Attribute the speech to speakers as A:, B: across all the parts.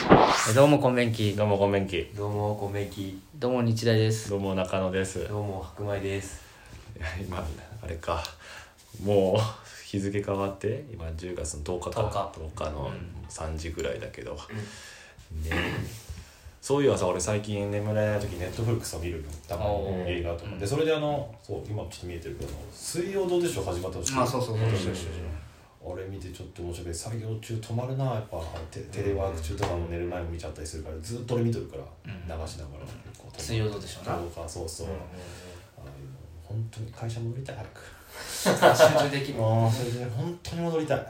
A: えどうもコンベンキ
B: どうもごめんき
C: どうも米木
A: どうも日大です
B: どうも中野ですいや
C: どうも白米です
B: 今あれかもう日付変わって今10月の10日か10日の3時ぐらいだけど、ねそういえばさ俺最近眠れない時ネットフリックスを見るのたま
A: お
B: に
A: ー
B: 映画とかでそれであのそう今ちょっと見えてるけど「水曜どうでしょう」始まったの知ってる
A: あそうそうそうそうそう
B: あれ見てちょっと面白い作業中止まるなやっぱテテレワーク中とかも寝る前も見ちゃったりするからずっと俺見とるから
A: うん
B: 流しながら結構止まる
A: 水曜どうでしょうな
B: どうかそうそう、あの本当に会社戻りたい早く
A: 集中できる
B: ああそれで本当に戻りたい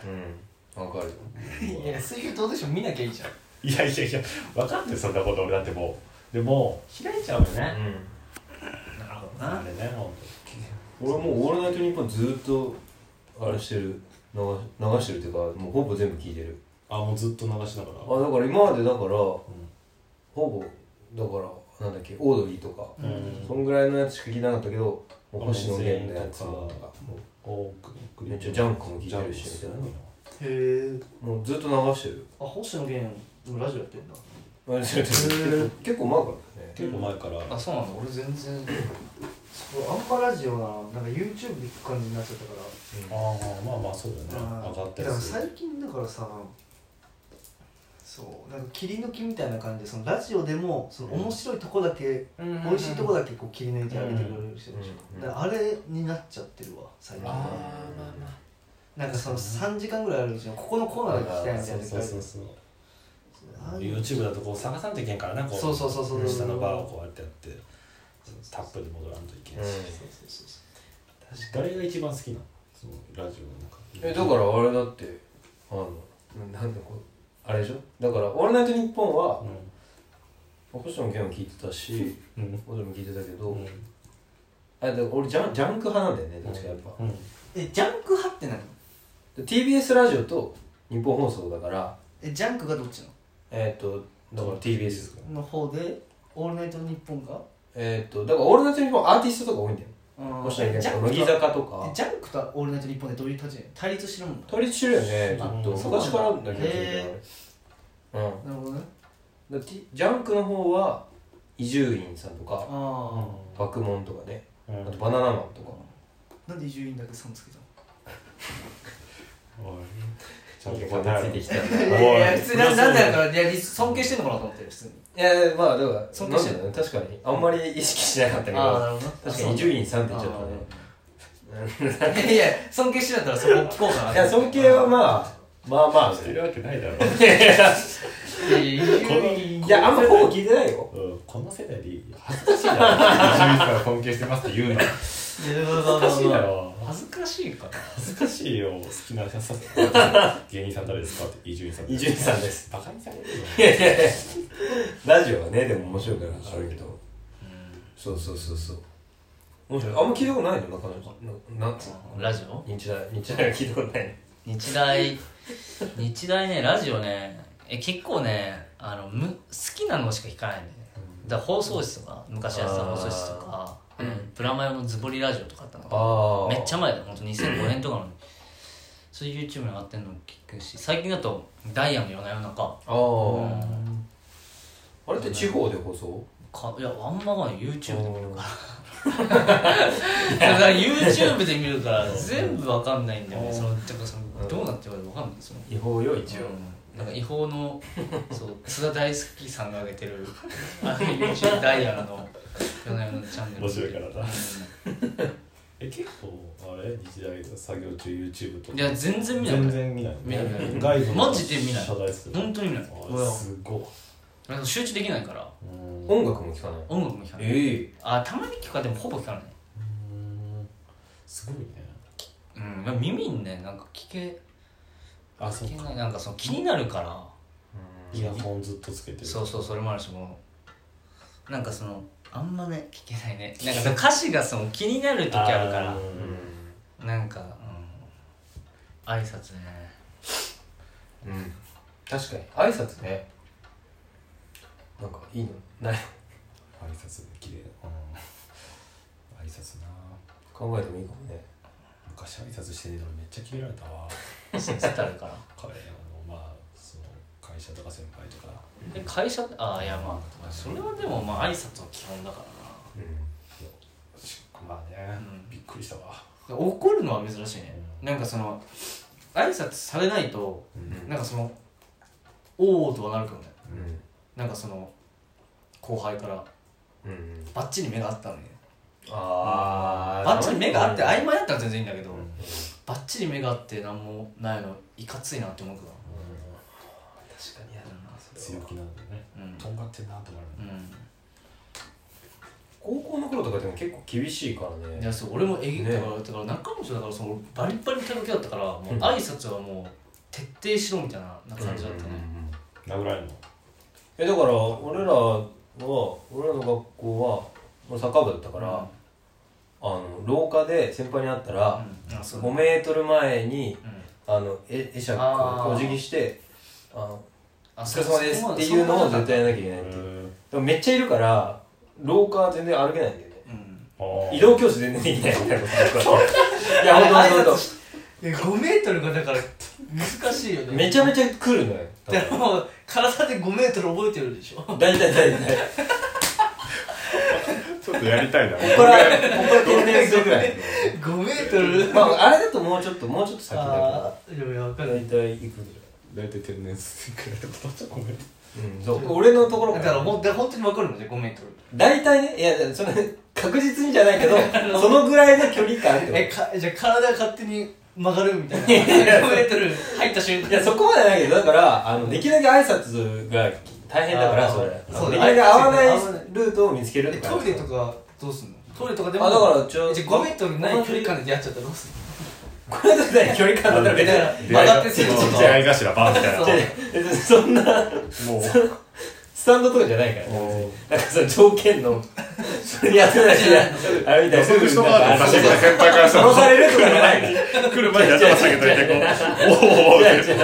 C: うんわかる
A: いや水曜どうでしょう見なきゃいいじゃん
B: いやいやいや分かってるそんなこと俺だってもうでも開いちゃうよね、
C: う
A: なるほど
B: あ
A: な
B: れね本
C: ん俺もう「オールナイトニッポン」ずーっとあれしてる流し流してるっていうかもうほぼ全部聞いてる
B: 当あもうずっと流しながら
C: あだから今までだからほ
B: うん
C: ぼだからなんだっけオードリーとか
A: うん
C: そんぐらいのやつしか聞いてなかったけどもう星野源のやつ
B: あもう
C: も
B: 全
C: と
B: 員
C: かも
B: 多く
C: うめっちゃジャンクも聞い
B: ジャ
C: て
B: ン
C: る
B: プ
C: し
B: し
C: み
B: て
C: た
B: る
C: い
B: の
D: へえ
C: なもうずっと流してる
D: あ星野源のラジオやってんだ
C: あれしてる結構結構前からだね
B: 結構前から
A: あそうなんだ俺全然
D: そうあんまラジオななんか YouTube で行く感じになっちゃったから
B: ああまあまあそうだね
D: あ
B: 上がった
D: だ
B: り
D: から
B: する
D: 最近だからさそうなんか切り抜きみたいな感じでそのラジオでもその面白いとこだけ、美味しいとこだけこう切り抜いてあげてくれる人でしょ、
C: うん
D: だからあれになっちゃってるわ最近
B: あ
D: は
B: ーまあまあ
D: なんかその3時間ぐらいあるうちのここのコーナーで聞きたいみたい
B: そう
D: な
B: そうそうそう
D: ああいう
B: YouTube だとこう探さんといけんからなこう
D: そうそうそうそう
B: 下のバーをこうやってやってタップで戻らんといけんし、
C: うん
D: そうそうそうそう
B: 誰が一番好きなのそのラジオの中
C: えだからあれだってあのなんでこうあれでしょだから「オールナイトニッポン」は星野源も聞いてたし
B: うんうん
C: 俺も聞いてたけ
B: う
C: ど、
B: ん
C: あで俺ジャンジャンク派なんだよねどっちかやっぱ、
B: うん
A: えジャンク派って何
C: で TBS ラジオと日本放送だから
A: えジャンクがどっち
C: えーっとだから TBS ですか
A: のの方でオールナイトニッポンが
C: えーっとだから「オールナイトニッポン」アーティストとか多いんだよ星野源とか乃木
A: ジャンク
C: 坂と
A: はえ
C: か
A: ジャンクとオールナイトニッポンでどういう立ち位置対立してるもんな
C: 取りしてるよねちょっと
B: あそ
A: なんだ
B: う
C: 昔からだけど
A: へ
C: うん
A: なるほどね
C: だから T- ジャンクの方は伊集院さんとか
A: あ
C: 爆問とかね
B: うん
C: あとバナナマンとか
A: あなんで伊集院だけさんつけたの
B: おいち
C: ち
B: ゃ
C: ょ
B: ん
C: っ
B: と
C: と
B: 答え
C: つい
B: ろ
C: てきた
A: い
B: おい
A: やいや普通ななんでだ
B: ら
A: からいやリス尊敬してんのかなと思って普通に
C: いやまあだから
A: 尊敬
C: そう
A: して
C: だね確かにあんまり意識しなかったけ
A: ああ
C: ど
A: なるほど
C: 確かに伊集院さんって言っちゃったね
A: いやいや尊敬してんだったらそこ聞こうかない
C: や尊敬はまあまあまあ
B: してるわけないだろ
A: いやいや伊集院
C: いやあんまほぼ聞いてないよ
B: うんこの世代で恥ずかしいだろ伊集院さんを尊敬してますって言うの恥
A: いやまあまあ
B: ずかしい
A: ま
B: だ
A: あ
B: ろ
A: 恥ずかしいかな
B: 恥ずかしいよ好きなさ芸人さん誰ですかって伊集院さん
C: 伊集院さんです
B: バカにされるよ
C: ラジオはねでも面白いからあるけどそうそうそうそう面白いあんま聞いたことないの中野ななんつう
A: ラジオ
C: の日大日大は聞いたことない
A: 日大日大ねラジオねえ結構ねあのむ好きなのしか聞かないんだよねだから放送室とか昔やってた放送室とかあのブラマヨのズボリラジオとかあったの
C: ああ
A: めっちゃ前だよ本当2005年とかのそういう YouTube に上がってるのも聞くし最近だとダイヤの夜な夜なか
C: あああれって地方で放送
A: かいやあんまが YouTube で見る
C: うん
A: からだから YouTube で見るから全部わかんないんだよねそのてかそのどうなってるかわかんないその
C: 違法よ一応
A: うんなんか違法のそう須田大好きさんが上げてるあの YouTube ダイヤの夜な夜なチャンネル
B: 面白いから
A: う
B: な
A: ん
B: え結構あれ日大の作業中 YouTube とか
A: いや全然見ない
B: 全然見ない
A: 見ない見ない
B: 外部の
A: マジで見ない
B: 謝罪する
A: 本当に見ない
B: あすごい
A: なんか集中できないから
B: うん
C: 音楽も聞かない
A: 音楽も聞かない、
C: え
A: あたまに聞くかでもほぼ聞かない
B: うんすごいね
A: うんまあ耳にねなんか聞け
B: あそう
A: 聞けないなんかその気になるから
B: イヤホンずっとつけてる
A: そうそうそれもあるしもうなんかそのあんまね聞けないねなんかその歌詞がその気になる時あるから
C: え
A: なんか、うん、挨拶ね
C: うん、うん、確かに挨拶ねなんかいいのない
B: 挨拶で綺麗だ挨拶な
C: 考えてもいいかもね
B: 昔挨拶してねえのにめっちゃキレられたわ
A: つったるから
B: 彼あのまあその会社とか先輩とか
A: え会社あいやまあそれはでもまあ挨拶は基本だか
C: うんまあね
A: らな、うん
C: びっくりしたわ
A: 怒るのは珍しいねなんかその挨拶されないと
C: うん
A: なんかそのおおとはなるけどね
C: うん
A: なんかその後輩から
C: うん
A: バッチリ目があったのに
C: あ
A: バッチリ目があって曖昧だったら全然いいんだけど、
C: うん
A: バッチリ目があって何もないのいかついなって思うけど
C: 確かにやだなそれは
B: 強気なんだね
A: うん
B: とんがってんなと思われる
A: う
C: 高校の頃とかでも結構厳しいから
A: ん、いや
C: ね
A: そう俺もえぎっ
C: ね
A: たから、だから中本だからそのバリバリ手抜きだったからもう
C: うん
A: 挨拶はもう徹底しろみたいな感じだった
C: うんうん
A: ね、
C: うん
B: 殴られるの
C: えだから俺らは俺らの学校は俺サッカー部だったから、あの廊下で先輩に会ったら、
A: うんあそう
C: 5メートル前に
A: うん
C: あのえ会釈
A: あー
C: お辞儀して「あの
A: あ
C: お疲
A: そ
C: れ様です」っていうのを絶対やんなきゃいけないっていうでもめっちゃいるから廊下は全然歩けないんだよね
A: うん
C: 移動教室全然できないみたいなこといや
A: あ
C: ほ
A: れ
C: んとほんと
A: 挨拶しえ5メートルがだから難しいよね
C: めちゃめちゃ来るのよ
A: だからもう体で5メートル覚えてるでしょ
C: 大体大体
B: ちょっとやりたいな
C: ここからここから天然するぐらい
A: 5メートル
C: まああれだともうちょっともうちょっと先だから
A: ああでもやわか
C: 大
A: る
C: 体いくぐ
B: 大体天然水くらいだったごめん
C: らいうんそう俺のところ
A: だからほんだから本当にわかるもんね5メートル
C: 大体ねいやその確実にじゃないけ どそのぐらいの距離感ってこと
A: えかじゃあ体が勝手に曲がる みたいな5メートル入った瞬間
C: いやそこまでないけどだからあのできるだけ挨拶が大変だから
A: あー
C: それ
A: そう
C: で
A: だ
C: きるだけ合わない
A: 合わない
C: ルートを見つける
A: えトイレと
C: か
A: かどうすんのトイレとかでも
C: あだからちょ
A: じゃあ5メートルない距離感でやっちゃったらどうすんの
C: これだけない距離感だったら別に
A: だから
C: 曲がってすぐと
A: そう
B: 出会い頭バーみたいな
A: そう
C: 別にそんな
B: もう
C: スタンドとかじゃないから
B: もう
C: なんかその条件のそれに合ってないしあれみたいな
B: そういう人が
C: なんか
B: 私みたいな先輩からしたら
C: 殺されるとかじゃないから
B: 来る前に頭下げといてこうおおおお
C: 違う違う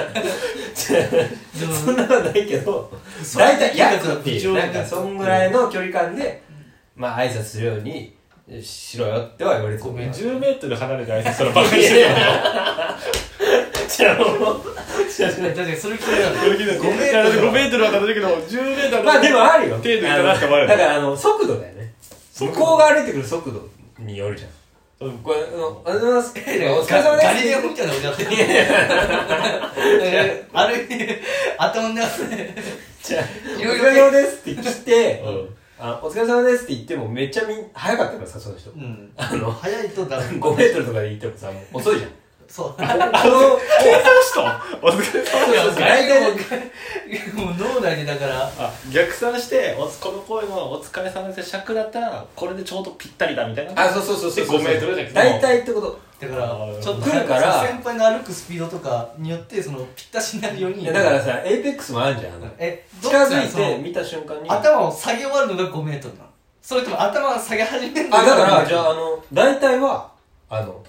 A: でも
C: そんなことないけど大体やるっていう
A: そう
C: なんかそんぐらいの距離感で、まあ挨拶するようにしろよっては言われて
A: ごめん
B: 10メートル離れて挨拶したらバカにしてる
C: じゃあもう違う違う
A: 確かにそれ聞いたら
B: 5メートル5メートルは離れるけど10メートル
C: まあでもあるよ
B: 程度いたなって思われる
C: だからあの速度だよね向
B: 度
C: こうが歩いてくる速度によるじゃんこれあのおはようございますお疲れ様で す
A: ガリレオみたいなことやってるえある頭の中で
C: じゃあお
A: い
C: 疲
A: ろいろ
C: れ様ですって来て、
B: うん
C: あお疲れ様ですって言ってもめっちゃみん早かったからさその人
A: うん
C: あの
A: 早いとダメ
C: 5メートルとかで行ってもさもう遅いじゃん
A: そう
C: あの
B: お疲れ様
C: そうそうそう大体ね
A: もう脳内でだから
B: あ逆算しておつこの声のお疲れ様です尺だったらこれでちょうどぴったりだみたいな
C: あ、そうそうそうそうそう。
B: で5メートルじゃなくて
C: 大体ってこと。
A: だからちょっと
C: 来るから
A: 先輩の歩くスピードとかによってそのぴったしになるよう
C: い
A: に
C: やだからさ、エイペックスもあるじゃん。あの
A: えどっ
C: 近
A: ちなのそ
C: づいて
A: の
C: 見た瞬間に。あ、
A: 頭を下げ終わるのが5メートルなのそれとも頭を下げ始めるの
C: だから、
A: 5
C: じゃあ、あの、大体は、あの、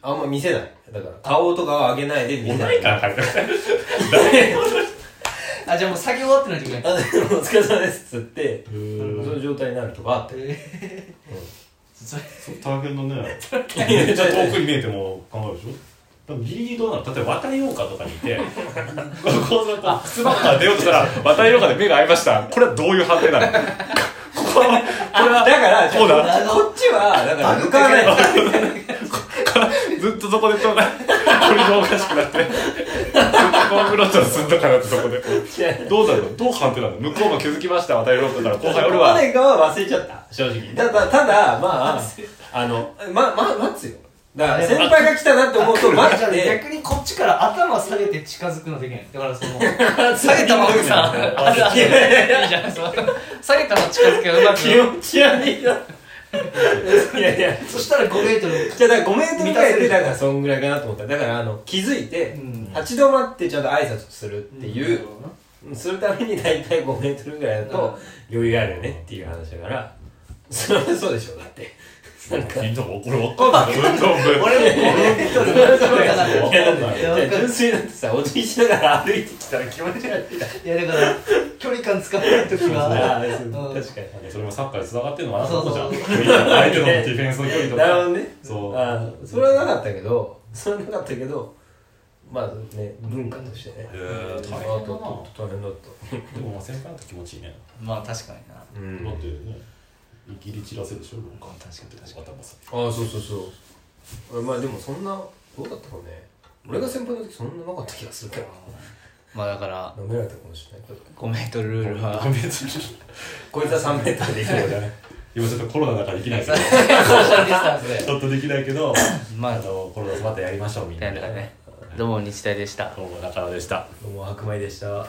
C: あんま見せない。だから、顔とかは上げないで見せない。
B: ら入る
A: あじゃあもう下げ終わってないといけない
C: あの、お疲れ様ですっつって、
B: う
C: そ
B: ーん
C: の状態になるとかあって。
A: えーそれ
B: そう大変だね
C: いや
B: めっちゃ遠くに見えても考えるでしょでもギリギリどうなの例えば渡りようかとかにいてこうなんか靴ばっか出ようとしたら渡りようかで目が合いましたこれはどういう判定なのここはこれ
C: だ
B: は
C: から、
B: こうだ
C: じゃあこっちは、だから、
A: バグ
C: 向かわない。
B: ずっとそこでとなこれがおかしくなってずっとコンブロットすんのかなってそこでどうだろうどう判定なの向こうも気づきました渡りようかから後輩俺
C: ここ
B: は
C: までは忘れちゃった。正直。ただ、ただ、まあ、あの、ま、ま、待つよ。だから、先輩が来たなって思うと、待
A: じゃ
C: っ
A: あ
C: て。
A: 逆にこっちから頭下げて近づくのできないだからその下げた
C: げた
A: ま
C: ま
A: ま
C: ま
A: さ
C: さ
A: ああいいじゃんその下げたまま近づけばうま
C: 気
A: く
C: 持ち悪いな。いやいや。
A: そしたら5メートル
C: じゃあだから5メートルぐらいでだからそんぐらいかなと思っただからあの気づいて
A: うん
C: 立ち止まってちゃんと挨拶するっていう、するために大体5メートルぐらいだと余裕あるよねっていう話だからそれはそうでしょだ ってなんか
B: みんなもこれ分かん ない運動部
A: 俺も5メートル
C: そ
A: そうだか
C: う
A: ら
C: いやだって
A: いやわかる
C: 純粋なんてさおじいしながら歩いてきたら気持ち悪い
A: いやだから距離感つかない時は
C: ああ確
A: うん
C: かに
B: それもサッカーで繋がってんのかな
A: そ
B: そうこ
A: そう
B: じゃん相手のディフェンスの距離と
C: なるほ
B: か
C: どね
B: そう
C: あそれはなかったけどそれはなかったけどまあね文化としてね
B: へー
C: うん
B: 大変
A: だな
C: あととと大変だった
B: でもまあ先輩だったら気持ちいいね、
A: まあ確かにな
C: うん
B: だ
C: あ
B: ってねいきり散らせるでしょなんか
A: 確かに確かに
B: 頭さ
C: あそうそうそう俺まあでもそんなどうだったかね俺が先輩の時そんななかった気がするけど
A: まあだから
C: 舐められたかもしれないけど
A: 5メートルルール は
C: こいつは3メーターでい くよね
B: 今ちょっとコロナだからできないけど
A: ソーシャルディスタンスで
B: ちょっとできないけ ど
A: ま
B: あ
A: あ
B: のコロナまたやりましょうみん
A: な
B: なんで
A: だねどうも日大でした
B: どうも中野でした
C: どうも白米でした